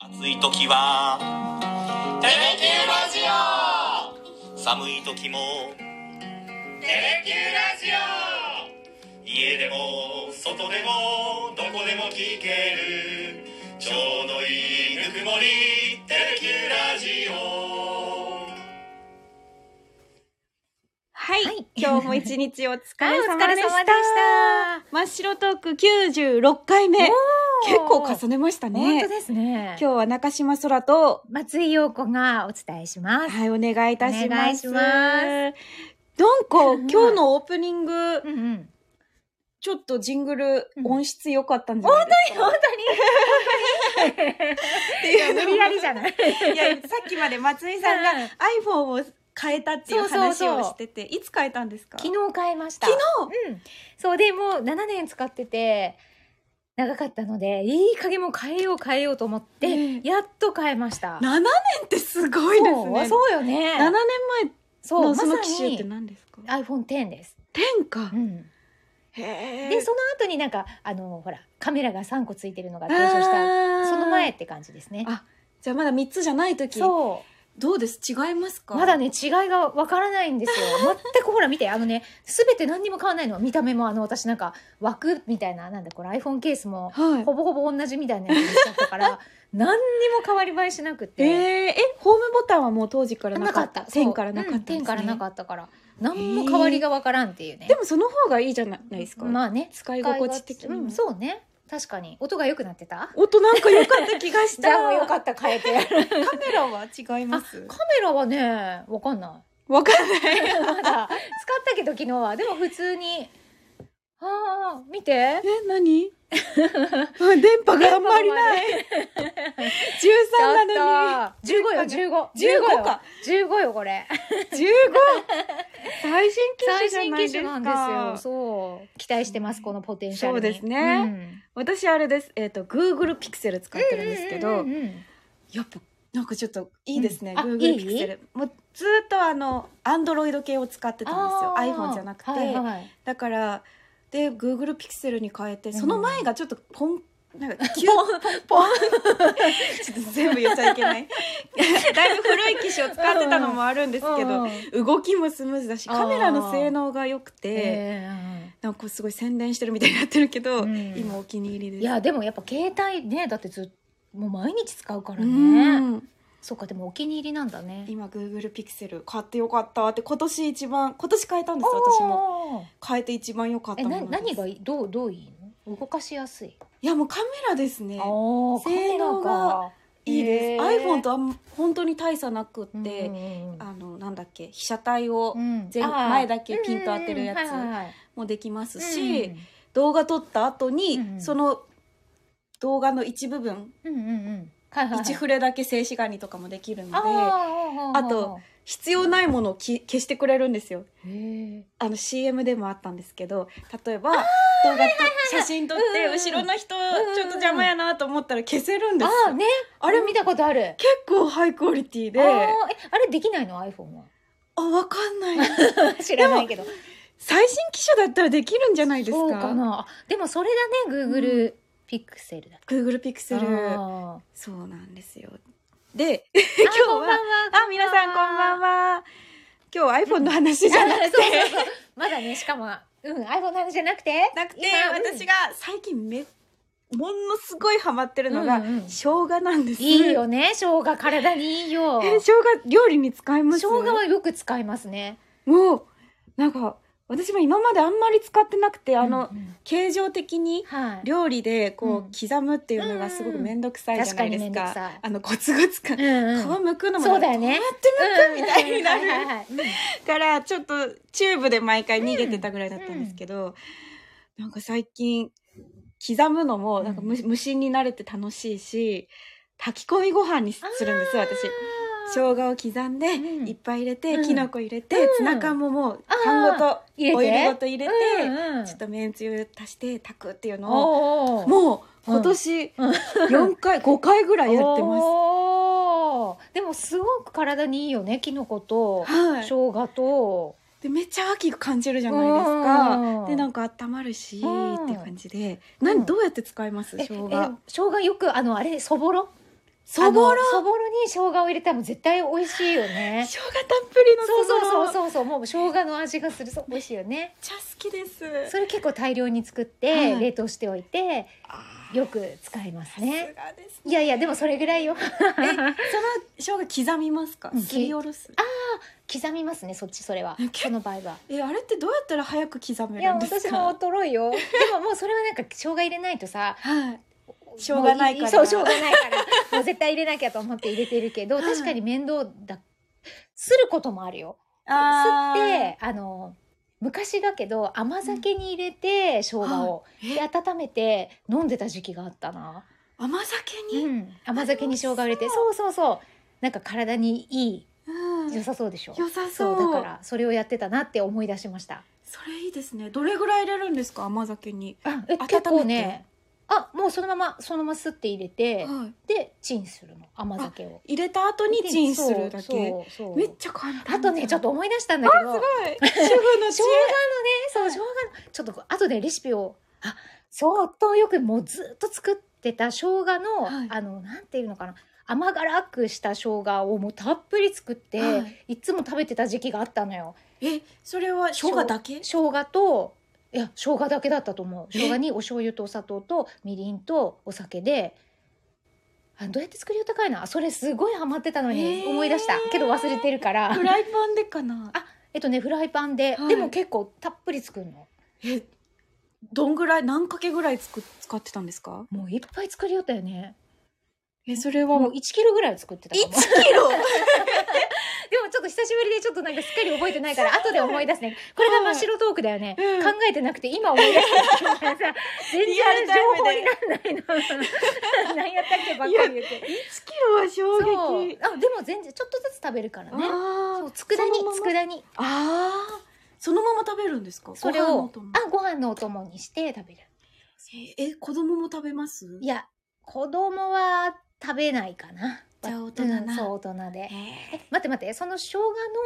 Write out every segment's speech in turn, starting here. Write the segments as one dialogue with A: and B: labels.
A: 暑い時は
B: テレキューラジオ
A: 寒い時も
B: テレキューラジオ
A: 家でも外でもどこでも聞けるちょうどいいぬくもりテレキューラジオ
C: はい、
D: はい
C: 今日も一日 お疲れ様でした。
D: はいお疲れ様でした
C: 真っ白トーク96回目。結構重ねました
D: 本
C: ね。
D: 当ですね。
C: 今日は中島空と、
D: 松井陽子がお伝えします。
C: はい、お願いいたします。
D: お願いしま
C: なんか、
D: うん
C: 今日のオープニング、
D: うんうん。
C: ちょっとジングル、
D: うん
C: 音質良かったんじゃないですか
D: 本
C: 当
D: 当に無理やりじゃない。
C: いや、 さっきまで松井さんが
D: うん
C: iPhone を変えたっていう
D: そうそう
C: 話
D: そう
C: をしてて、いつ変えたんですか
D: 昨日買いました。
C: 昨
D: うん。そうでもう7年使ってて、長かったので、いい加減もう変えよう変えようと思って、
C: うん
D: やっと変えました。
C: 7年ってすごいです
D: そう
C: ね。
D: そうよね。
C: 7年前
D: そう、
C: の
D: ま
C: そ
D: さ
C: の機種って
D: に
C: 何ですか
D: iPhone X です。
C: ?10 か
D: う。ん。
C: へ
D: で、その後になんか、あの、ほら、カメラが3個ついてるのが登場した。その前って感じですね
C: あ。じゃあまだ3つじゃない時
D: そう。
C: どうです違いますか
D: まだね、違いがわからないんですよ。 全くほら見て、あのね、すべて何にも変わらないの。見た目もあの、私なんか枠みたいな、なんだこれ iPhone ケースも、
C: はい
D: ほぼほぼ同じみたいなやつにしちゃっ たから、何にも変わり映えしなく
C: えー、
D: て。
C: えホームボタンはもう当時からな
D: な
C: か
D: か
C: っ
D: ったた。
C: 10からなかったんです、ね
D: 点からなかったから。何も変わりがわからんっていうね
C: で。もその方がいいじゃないですか、
D: まあね。
C: 使い心地的に
D: う
C: も、
D: ん、そうね。確かに。音が良くなってた
C: 音なんか良かった気がし
D: じ
C: た
D: ゃあもうよかった、変えて。
C: たカメラは違います
D: カメラはね、わかんない。
C: わかんない
D: まだ使ったけど昨日はでも普通にああ見て
C: え 何 うん電波があんまりない13
D: ちょっと
C: なの
D: 15よ
C: 15
D: 15 15
C: か
D: か15よこれ
C: に15最新機種
D: 最
C: じゃ
D: 新
C: ない
D: 機
C: ですか
D: 種なんですよそう期待してますこのポテンシャルに
C: そうですね私あれですえっ、と Google ピクセル使ってるんですけど、
D: うんうんうんうん
C: やっぱなんかちょっといいですね、
D: うんあ
C: Google
D: いい
C: Pixel もうずーっとあの Android 系を使ってたんですよ
D: あー
C: iPhone じゃなくて、
D: はいはい
C: だからで Google Pixel に変えて
D: ん
C: その前がちょっとポンなんかキュッポンポンちょっと全部言っちゃいけない だいぶ古い機種を使ってたのもあるんですけ
D: う
C: ど
D: んうん
C: 動きもスムーズだしカメラの性能が良くて
D: え
C: なんかこうすごい宣伝してるみたいになってるけど、
D: うん
C: 今お気に入り
D: え
C: です
D: いやでもやっぱ携帯ねだってずっともう毎日使うから
C: う
D: ね
C: ん
D: そっかでもお気に入りなんだね
C: 今 Google ピクセル買ってよかったって今年一番今年変えたんですよ私も
D: も
C: 変えて一番良かった
D: え
C: もの
D: な
C: です
D: 何がいいどうどういいの動かしやすい
C: いやもうカメラですね
D: ああ
C: 性能がいいです、
D: へー
C: iPhone とあん本当に大差なくっ
D: で
C: て、あのなんだっけ被写体を前
D: 前
C: 前だけピント当てるやつもできますし、動画撮った後に、
D: うん
C: その動画の一部分、一
D: 一
C: フレだけ静止画にとかもできるので
D: あ
C: あと必要ないものをき消してくれるんですよあの CM でもあったんですけど例えば動画と写真撮っ
D: うん
C: て
D: うんうん
C: 後ろの人ち
D: んうん
C: ょっと邪魔やなと思ったら消せるんですよ
D: あーね
C: あ
D: あ
C: れ
D: れ
C: 見
D: 見たことある
C: 結構ハイクオリティで
D: あー
C: あ
D: えあれできないの iPhone は
C: わかんない
D: 知らないけど
C: 最新機種だったらできるんじゃないですか
D: そうかなあでもそれだね Google ピクセルだ
C: Google ピクセル
D: あー
C: そうなんですよで
D: 今
C: 今日はあ皆さんこんばんは今日 iPhone の話じゃなくて、
D: そうそうそうまだねしかもうん iPhone の話じゃなくて
C: なくて
D: 今うん
C: 私が最近めものすごいハマってるの
D: う
C: が
D: んうん
C: 生姜なんです
D: いいよね生姜体にいいよ
C: え生姜料理に使いま
D: 生
C: す
D: 姜はよく使いますね
C: もうなんか私も今まであんまり使ってなくてあの、
D: うんうん
C: 形状的に
D: はい
C: 料理でこう、
D: うん
C: 刻むっていうのがすごく面倒くさいじゃないです
D: うん確か
C: か,、
D: に面倒くさい
C: あのコツコツ感、
D: うんうん
C: 皮むくのも
D: そうだよね
C: こうやってむくみたいにな
D: うんはいは
C: る
D: いはいうん
C: からちょっとチューブで毎回逃げてたぐらいだったんですけど、なんか最近刻むのもなんか無,、無心になれて楽しいし炊き込みご飯にするんです私。生姜を刻んで、
D: うん
C: いっぱい入れて、
D: うん
C: きのこ入れて、
D: うん
C: ツナ缶ももう
D: あー
C: 缶ごと
D: 入れて
C: オイルごと入れて、
D: うんうん
C: ちょっとめんつゆ足して炊くっていうのを
D: おー
C: もう今年4回、5回 ぐらいやってます。
D: おーでもすごく体にいいよねきのこと
C: は
D: 生
C: い、
D: 姜と
C: でめっちゃ秋感じるじゃないですか
D: うん
C: でなんか温まるしって
D: うん
C: いう感じで
D: うん
C: 何どうやって使います
D: ええ
C: 生姜
D: 生姜よくあのあれそぼろ
C: そぼろ
D: あのそぼろに生姜を入れたらもう絶対美味しいよね
C: 生姜たっぷりの
D: そ う
C: そぼろ
D: そうそう
C: う
D: そうそうもう生姜の味がするそう美味しいよね
C: めっちゃ好きです
D: それ結構大量に作っ
C: は
D: て
C: い
D: 冷凍しておいて
C: あ
D: よく使います
C: ーさす
D: ね
C: がです
D: いやいやでもそれぐらいよ
C: えその生姜刻みますか
D: うん
C: すりおろす
D: 刻みますねそっちそれは
C: 結
D: その場合は
C: えあれってどうやったら早く刻め
D: い
C: る
D: や
C: んです
D: 私も
C: か
D: 衰えよでももうそれはなんか生姜入れないとさ
C: はいしょうがないから
D: もうそうしょうがない からもう絶対入れなきゃと思って入れてるけど
C: はい
D: 確かに面倒だすることもあるよ
C: あ
D: すっ
C: ー
D: てあの昔だけど甘酒に入れて生姜を、
C: うん
D: で温めて飲んでた時期があったな、
C: 甘酒
D: う
C: に
D: ん、甘酒に生姜を入れて
C: あ
D: そうそうそうなんか体にい
C: うん
D: い良さそうでしょ
C: 良さ
D: そ
C: そうう
D: だからそれをやってたなって思い出しました
C: それいいですねどれぐらい入れるんですか甘酒に
D: え
C: 温めて
D: 結構ねあもうそのままそのまますって入れて
C: は
D: でチンするの甘酒を
C: い入れた後にチンするだけ
D: そうそうそう
C: めっちゃ簡単
D: あとねちょっと思い出したんだけ
C: す
D: ど
C: ご い主婦の知
D: 生姜
C: 恵
D: のねそう生姜のちょっと後でレシピをあ相当よくもうずっと作ってた生姜の、
C: はい
D: あのなんていうのかな甘辛くした生姜をもうたっぷり作って、、
C: はい
D: つも食べてた時期があったのよ
C: えそれは生姜だけ
D: 生姜といや生姜だけだったと思う生姜にお醤油とお砂糖とみりんとお酒であどうやって作りよったかいなそれすごいハマってたの
C: へ
D: に
C: ー
D: 思い出したけど忘れてるから
C: フライパンでかな
D: あえっとねフライパンで、
C: はい
D: でも結構たっぷり作るの
C: えどんぐらい何かけぐらいつく使ってたんですか
D: もういっぱい作りよったよね
C: えそれは
D: も
C: も
D: う
C: う
D: 1キロぐらいは作ってたかもでも
C: 1キロ
D: ちょっと久しぶり でちょっとなんかすっかり覚えてないから後で思い出すねこれが真っ白トークだよね、
C: うん
D: 考えてなくて今思い出したみたいなさ全然情報にならないの 何やったっけばっかり言っ
C: 1
D: て
C: キロは衝
D: そうあ
C: 撃
D: でも全然ちょっとずつ食べるからね
C: あ
D: そう
C: ー
D: 佃煮
C: そのまま
D: 佃煮
C: あーそのまま食べるんですか
D: それ
C: ご飯のお
D: を
C: 供
D: あご飯のお供にして食べる
C: ええ子供も食べます
D: いや子供は食べないかな
C: じゃあ大人な
D: うんそう大人で
C: えー
D: え待って待ってその生姜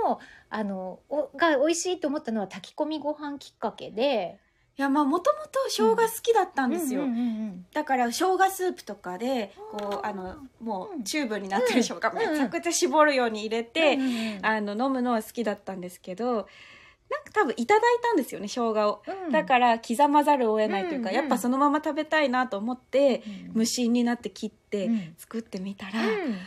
D: のあのおが美味しいと思ったのは炊き込みご飯きっかけで
C: いやまあもともと生姜好きだったんですよ、
D: うんうんうん
C: だから生姜スープとかでこう
D: あー
C: あのも
D: うん
C: うチューブになってる生姜
D: ん
C: めちゃくちゃ絞るように入れて、
D: うんうんうん
C: あの飲むのは好きだったんですけどなんか多分いただいたんですよね生姜を、
D: うん
C: だから刻まざるを得ないというか、
D: うんうん
C: やっぱそのまま食べたいなと思って、
D: うん
C: 無心になって切って
D: うん
C: 作ってみたら、
D: うん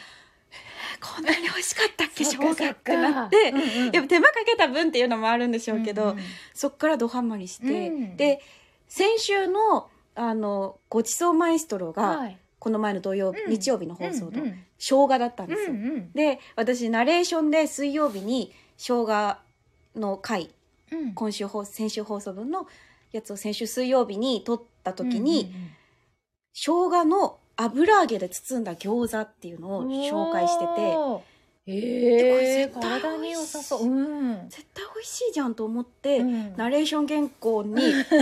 C: こんなに美味しかったっけ生
D: そ
C: 姜
D: っか
C: っ
D: そってか
C: なって、
D: う んうん
C: やっぱ手間かけた分っていうのもあるんでしょうけど、
D: んん
C: そっからドハマりして、
D: うん
C: で先週のあのごちそうマエストロが、
D: はい
C: この前の土曜日、
D: うん
C: 日曜日の放送の、
D: うんうん
C: 生姜だったんですよ、
D: うんうん
C: で私ナレーションで水曜日に生姜の回
D: うん
C: 今週放先週放送分のやつを先週水曜日に撮った時に、生姜の油揚げで包んだ餃子っていうの
D: う
C: を
D: んうんうん
C: 紹介してて
D: おー
C: れ
D: ええ
C: 絶対
D: 体に良さそううん
C: 絶対美味しいじゃんと思って、
D: うん
C: ナレーション原稿 に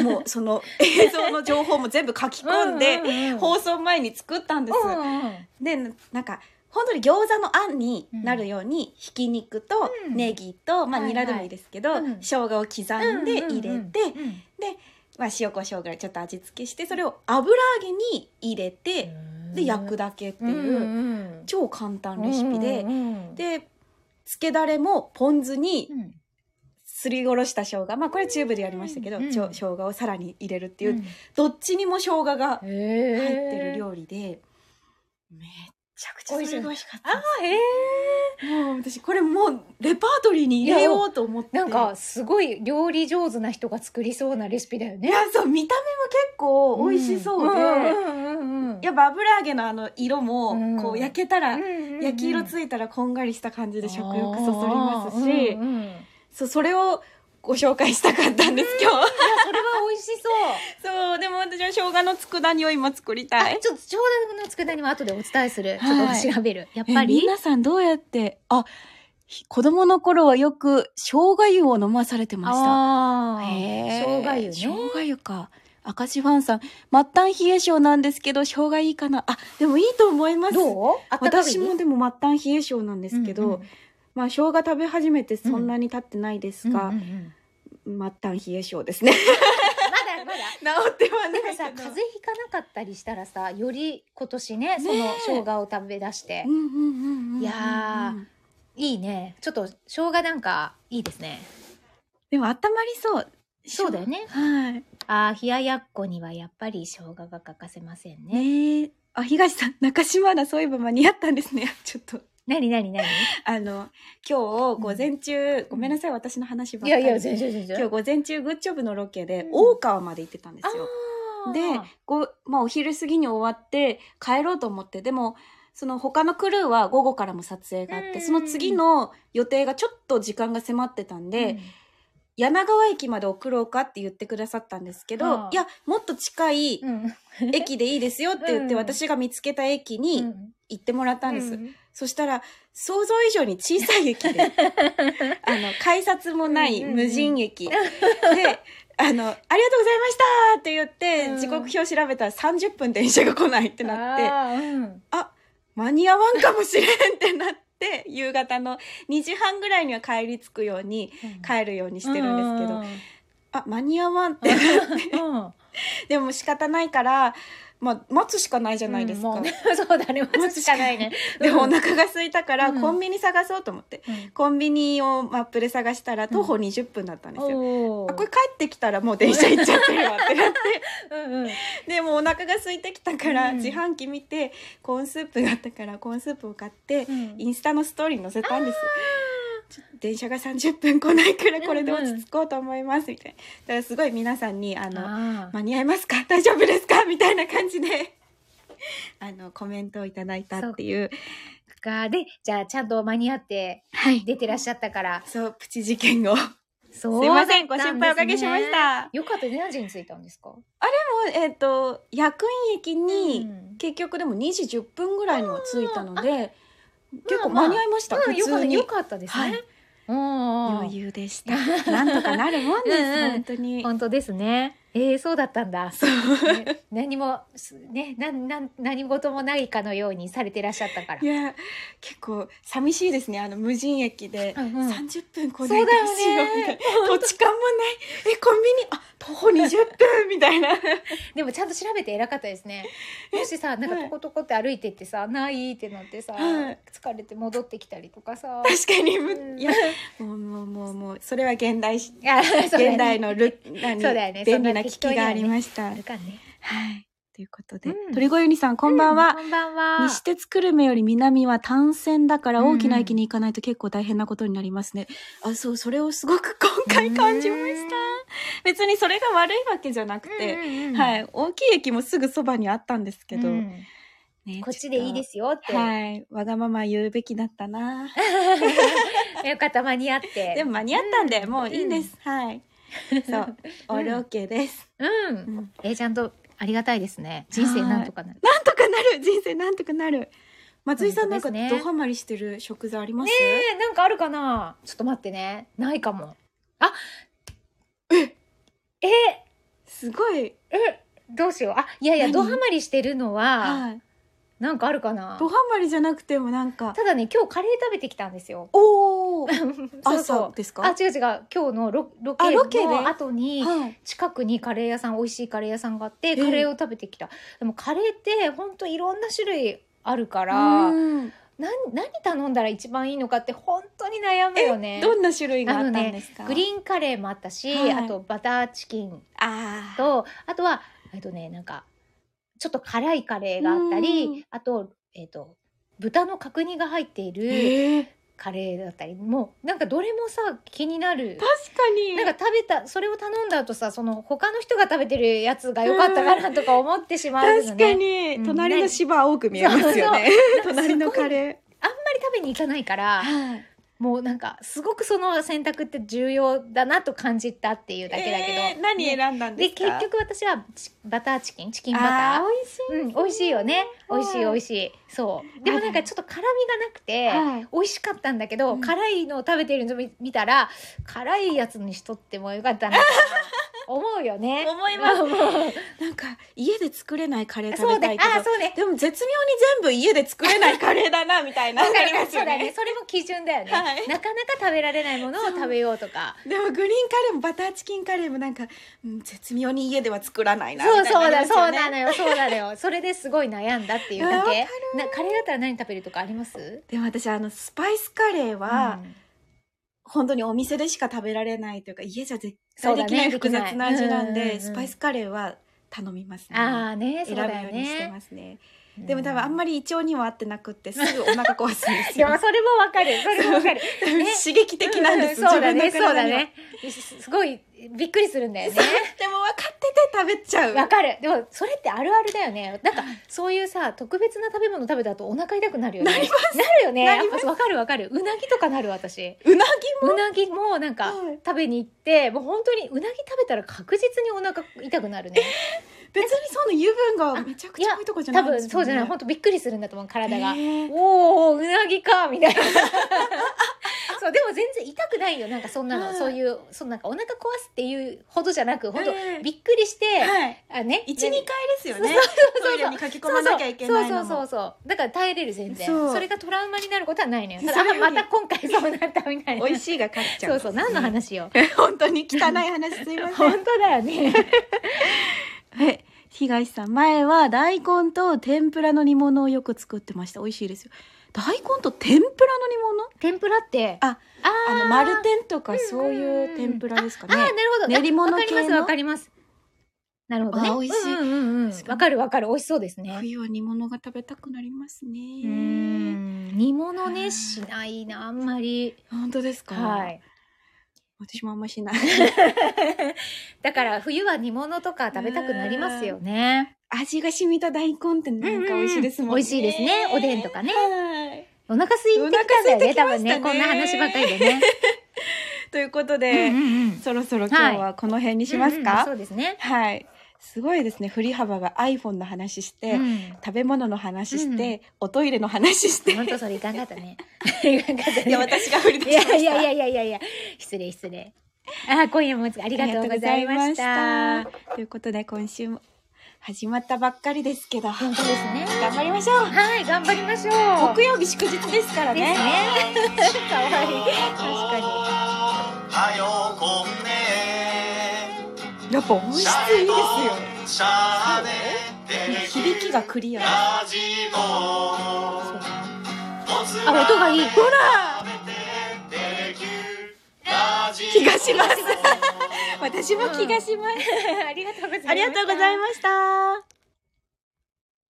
C: もうその映像の情報も全部書き込んで、
D: うううん
C: 放送前に作ったんです、
D: うんうん
C: でななんか本当に餃子のあんになるように、ひき肉と
D: うん
C: ネギと、まあ
D: はいはい
C: ニラでもいいですけど、
D: うん
C: 生姜を刻んで入れて、
D: うんうんうん
C: まあ、塩コショウぐらいちょっと味付けしてそれを油揚げに入れて、
D: うん
C: で焼くだけって
D: うん
C: いう、
D: うんうん
C: 超簡単レシピで、
D: うんうんうん、
C: でつけだれもポン酢に
D: うん、っ
C: すりおろした生姜まあこれチューブでやりましたけど、
D: うん
C: ちょ生姜をさらに入れるっていう、どっちにも生姜が
D: 入
C: 入っ
D: って
C: る料理で、めっちゃくちゃそれが美味しかった
D: あーへえ
C: もう私これもうレパートリーに入れようと思って
D: なんかすごい料理上手な人が作りそうなレシピだよ
C: い
D: ね
C: やそう見た目も結構美味しそうで、やっぱ油揚げのあの色も
D: うん
C: こう焼けたら、焼き色
D: い
C: ついたらこんがりした感じで食欲そそりますし、
D: うんうんいや
C: そうそれをご紹介したかったんです今日
D: それは美味しそう
C: そうでも私は生姜の佃煮を今作りた
D: あ
C: い
D: ちょっと長男の佃煮は後でお伝えするちょ
C: はい
D: っと調べるや
C: や
D: っ
C: っぱ
D: ぱ
C: り
D: り
C: 皆さんどうやってあひ子供の頃はよく生姜湯を飲まされてました
D: あー生姜
C: へー
D: 湯ね
C: 生姜湯か明石ファンさん末端冷え性なんですけど生姜いいかなあでもいいと思います
D: どうあったかい
C: 私もでも末端冷え性なんですけど、
D: うんうん
C: まあ生姜食べ始めてそんなに経ってないですが
D: うんう、んうん
C: 末端冷え性ですね
D: まだだま
C: 治
D: だ
C: ってはな
D: ないんかさ
C: けど
D: 風邪ひかなかったりしたらさより今年ねそ
C: ね
D: の
C: え
D: 生姜を食べ出して、
C: うんうんうんうんうんうん
D: いやーいいねちょっと生姜なんかいいですね
C: でも温まりそう
D: そうだよね
C: はい
D: あー冷ややっこにはやっぱり生姜が欠かせませんね
C: ねえあ東さん中島だそういえば間に合ったんです ねちょっと
D: なになに なに
C: あの今日午前中、ごめんなさい私の話ばっ
D: い
C: か
D: や
C: り
D: いや全然全然
C: 今日午前中グッジョブのロケで、
D: うん
C: 大川まで行ってたんですよ
D: あー
C: でご、まあ、お昼過ぎに終わって帰ろうと思ってでもその他のクルーは午後からも撮影があっ
D: う
C: て
D: ん
C: その次の予定がちょっと時間が迫ってたんで、
D: うん
C: 柳川駅まで送ろうかって言ってくださったんですけど、
D: ああ
C: いやもっと近い
D: うん
C: 駅でいいですよって言って
D: うん
C: 私が見つけた駅
D: う
C: に
D: ん
C: 行ってもらったんです、
D: うん
C: そしたら想像以上に小さい駅 であの改札もない
D: うんうんうん
C: 無人 駅、であの「ありがとうございました!」って言って、
D: うん
C: 時刻表調べたら30分電車が来ないってなって
D: あーうん
C: 間に合わんかもしれんってなって夕方の2時半ぐらいには帰り着くように帰るようにしてるんですけど、あ間に合わんって
D: すけど、うんうん
C: でも仕方ないから、まあ、待つしかないじゃないですか。
D: うんもうね そうだね待つしかないね
C: でもお腹が空いたから
D: うん
C: コンビニ探そうと思って、
D: うん
C: コンビニをマップで探したら徒歩20分だったんですよ。
D: おー
C: あこれ帰ってきたらもう電車行っちゃってるわってなって
D: うんうん
C: でもうお腹が空いてきたから
D: うん
C: 自販機見てコーンスープがあったからコーンスープを買って
D: うん
C: インスタのストーリーに載せたんですちょ電車が30分来ないからこれで落ち着こうと思いますみたいなだからすごい皆さんにあの
D: あー
C: 間に合いますか大丈夫ですかみたいな感じで あのコメントをいただいたっていう
D: かでじゃあちゃんと間に合って
C: はい
D: 出てらっしゃったから
C: そうプチ事件をす
D: そう
C: いません
D: だ
C: ご
D: ったです
C: 心
D: ね
C: 配おかけしました
D: よかったね何時に着いたんですか
C: でもえっ、と役員駅に、
D: うん
C: 結局でも2時10分ぐらいには着いたので結構
D: まあまあ
C: 間に合いました、
D: うんよ
C: 普
D: かった
C: 通に
D: よかったです
C: は
D: ね
C: い
D: うん
C: 余裕でしたなんとかなるもんです
D: うんうん
C: 本当に
D: 本当ですねえー、そうだったんだ
C: そう
D: ね何もすねなんなん何事もないかのようにされてらっしゃったから
C: いや結構寂しいですねあの無人駅で
D: うんう
C: 30分
D: ん
C: 来
D: そう
C: な
D: だ
C: いどう
D: よ
C: しようみたい
D: ね
C: な土地勘もないえコンビニあ徒 歩20分みたいな
D: でもちゃんと調べて偉かったですねもしさなんか
C: はい
D: トコトコって歩いてってさないってなってさ
C: はい
D: 疲れて戻ってきたりとかさ
C: 確かにむ
D: うん
C: いやもうもうもうもうそれは現代し
D: いやそうだよね
C: 現代のル何
D: そうだよね
C: 便利な機器がありました、
D: あるかね
C: はいということで、
D: うん
C: 鳥越ゆにさんこんばんは、
D: こんばんは
C: 西鉄久留米より南は単線だから
D: うん
C: 大きな駅に行かないと結構大変なことになりますね。あ、そう、それをすごく今回感じました。別にそれが悪いわけじゃなくて、はいい、大きい駅もすぐそばにあったんですけど、ね
D: こっちでいいですすよって、
C: はい、わがまま言うべきだったな。
D: よかった間に合って
C: でも間に合ったんで、
D: うん
C: もういいんです。はい。 そう、オールオッケーです。
D: うん、
C: うん
D: えーちゃんとありがたいですね人生なんとかなる
C: なんとかなる人生なんとかなる松井さんなんか
D: 本当です
C: ド
D: ね
C: ハマりしてる食材あります、
D: えーなんかあるかなちょっと待ってねないかもあえ
C: すごい。
D: えどうしようあいやいや
C: 何
D: ドハマりしてるのは、
C: はい。
D: なんかあるかな
C: ドハマりじゃなくてもなんか、
D: ただね今日カレー食べてきたんですよ
C: おお、
D: そうそ
C: 朝
D: う
C: ですか。
D: あ違う違う今日のロロ
C: あ
D: ケ
C: ロケで
D: の後に
C: はい。
D: 近くにカレー屋さん美味しいカレー屋さんがあって
C: ええ
D: カレーを食べてきた、でもカレーってほんといろんな種類あるからなん
C: うん
D: 何頼んだら一番いいのかって本当に悩むよね
C: どんな種類があったんですか。
D: グリーンカレーもあったし、
C: はい
D: あとバターチキン
C: ああ。
D: とあとはえっとねなんかちょっと辛いカレーがあった
C: うん
D: りあと,、えっと豚の角煮が入っている
C: ええ
D: カレーだったりもうなんかどれもさ気になる。
C: 確か に。
D: なんか食べたそれを頼んだ後さその他の人が食べてるやつが良かったかなとか思ってしまうよ
C: 確か
D: ね。
C: に、
D: うん
C: 隣の芝青く見えますよね。
D: そうそう
C: 隣のカレ
D: あんまり食べに行かないか
C: ー。
D: ら
C: はい。
D: もうなんかすごくその選択って重要だなと感じたっていうだけだけど、
C: えー何
D: で
C: 選んだんで
D: です
C: か。
D: 結局私はチバターチキンチキンバター
C: ああ、美味し
D: うん、美味しいよね。美味しい美味しい。そう。でもなんかちょっと辛みがなくて、
C: はい
D: 美味しかったんだけど、
C: うん
D: 辛いのを食べてるのを見見たら、辛いやつにしとってもよかったなとか。思うよね。
C: 思います
D: うんうん
C: なんか家で作れないカレー食
D: そう
C: べ
D: で、
C: たいけど
D: あ、そうね。
C: でも絶妙に全部家で作れないカレーだなみたいな
D: わかり
C: あ
D: ま
C: り
D: す。そうだね。それも基準だよね。
C: はい
D: なかなか食べられないものを食べようとか。
C: でもグリーンカレーもバターチキンカレーもなんか、うん、絶妙に家では作らないな
D: そう
C: みた
D: そう
C: いなり
D: だ、
C: ます
D: そ
C: よ
D: う
C: ね
D: なのよ、そうなのよ。それですごい悩んだっていうだ
C: わか
D: け。な、カレーだったら何食べるとかあります
C: でも私あのスパイスカレーは、
D: うん
C: 本当にお店でしか食べられないというか家じゃ絶
D: そう
C: 対
D: だ
C: で
D: ね
C: きない複雑な味なんで
D: できないうんうんうん
C: スパイスカレーは頼みますね
D: ああね、そ
C: 選ぶよ
D: うだよ
C: うにして
D: ね
C: ま。すねでも多分あんまり胃腸には合ってなくってすぐお腹壊すんです
D: で
C: よ
D: もそれもわかる。それもわかる。ね
C: 刺激的なんです、
D: ううそうだね、
C: 自
D: そ
C: 分
D: う
C: の
D: だ
C: 体には
D: ね。すすごい、びっくりするんだよね。
C: でも分かってて食べちゃう
D: わかる。でも、それってあるあるだよね。なんか、そういうさ、特別な食べ物食べた後お腹痛くなるよね。なるよね。
C: な
D: やっ
C: り
D: ぱわかるわかる。うなぎとかなる私。
C: うな
D: うなぎもなんか
C: はい
D: 食べに行って、もう本当にうなぎ食べたら確実にお腹痛くなるね。
C: ぎ別にその油分がめちゃくちゃ多いとかじゃないん
D: 多
C: です
D: 分そうじゃない。本
C: ん
D: 当びっくりするんだと思う、体が。
C: えー
D: おーおー、うなぎか、みた いな。そう、でも全然痛くないよ。なんかそんな
C: は
D: の、
C: い
D: そういう、そのなんかお腹壊すっていうほどじゃなく、本当
C: ええ
D: びっくりして、
C: はい
D: あね。
C: 一二回ですよねトイレに書き込
D: そう
C: ま
D: そう
C: なきゃいけないのも
D: そうそうそうそうだから耐えれる全然
C: そ
D: そうれがトラウマになることはないのよた
C: そ
D: だ
C: れよ
D: あ
C: り
D: また今回そうなったみたいな
C: 美味しいが勝っちゃう
D: そうそう何の話よ
C: 本当に汚い話すいませ
D: 本
C: ん
D: 当だよね
C: はい東さん前は大根と天ぷらの煮物をよく作ってました美味しいですよ大根と天ぷらの煮物
D: 天ぷらって
C: あ
D: あ
C: あ
D: ー
C: の丸天とかそういう天ぷらですかね
D: ああーなるほど
C: 練り物系の
D: わかりますわかりますなるほどね
C: あー美味しい
D: うんうんうんうん
C: 確かに
D: わかるわかる美味しそうですね
C: 冬は煮物が食べたくなります
D: うー
C: ね
D: ん煮物
C: は
D: ね
C: い
D: しないなあんまり
C: 本当ですか
D: はい
C: 私もあんましない
D: だから冬は煮物とか食べたくなりますよね
C: 味が染みた大根ってなんか美味しいですもんね
D: うんうん美味しいですねおでんとかね
C: はい
D: お腹空いてきたんだよね、多分ね。
C: お
D: こ
C: 腹空
D: ん
C: いてきましたね
D: な話ばかりでね。
C: ということ
D: うん
C: で、
D: うんうん
C: そろそろ今日はこの辺にします
D: うんうん
C: か、
D: そうですね。
C: はい。すごいですね。振り幅が iPhone の話して、
D: うん
C: 食べ物の話し
D: うんう
C: て、おトイレの話して、
D: 本当それいかんかったね。いかんかったね。
C: いや、私が振り出
D: い
C: しまし
D: や
C: た。
D: いやいやいやいやいや、失礼失礼。あー、今夜もありがとうございました。
C: ありがとうございましたということで、今週も始まったばっかりですけど、
D: 本当ですね。
C: 頑張りましょう。
D: はい、頑張りましょう。
C: 木曜日祝日ですから
D: で
C: ね。
D: すね。かわいい。確かに。
A: はよこんね
C: やっぱ音質いいですよ。
A: すよ
C: 響きがクリア。
A: ラジオ
D: そう
A: あ
D: あ、音がいい。ほら
C: 気がします。私も気がします。
D: ありがとうございました。
C: ありがとうございました。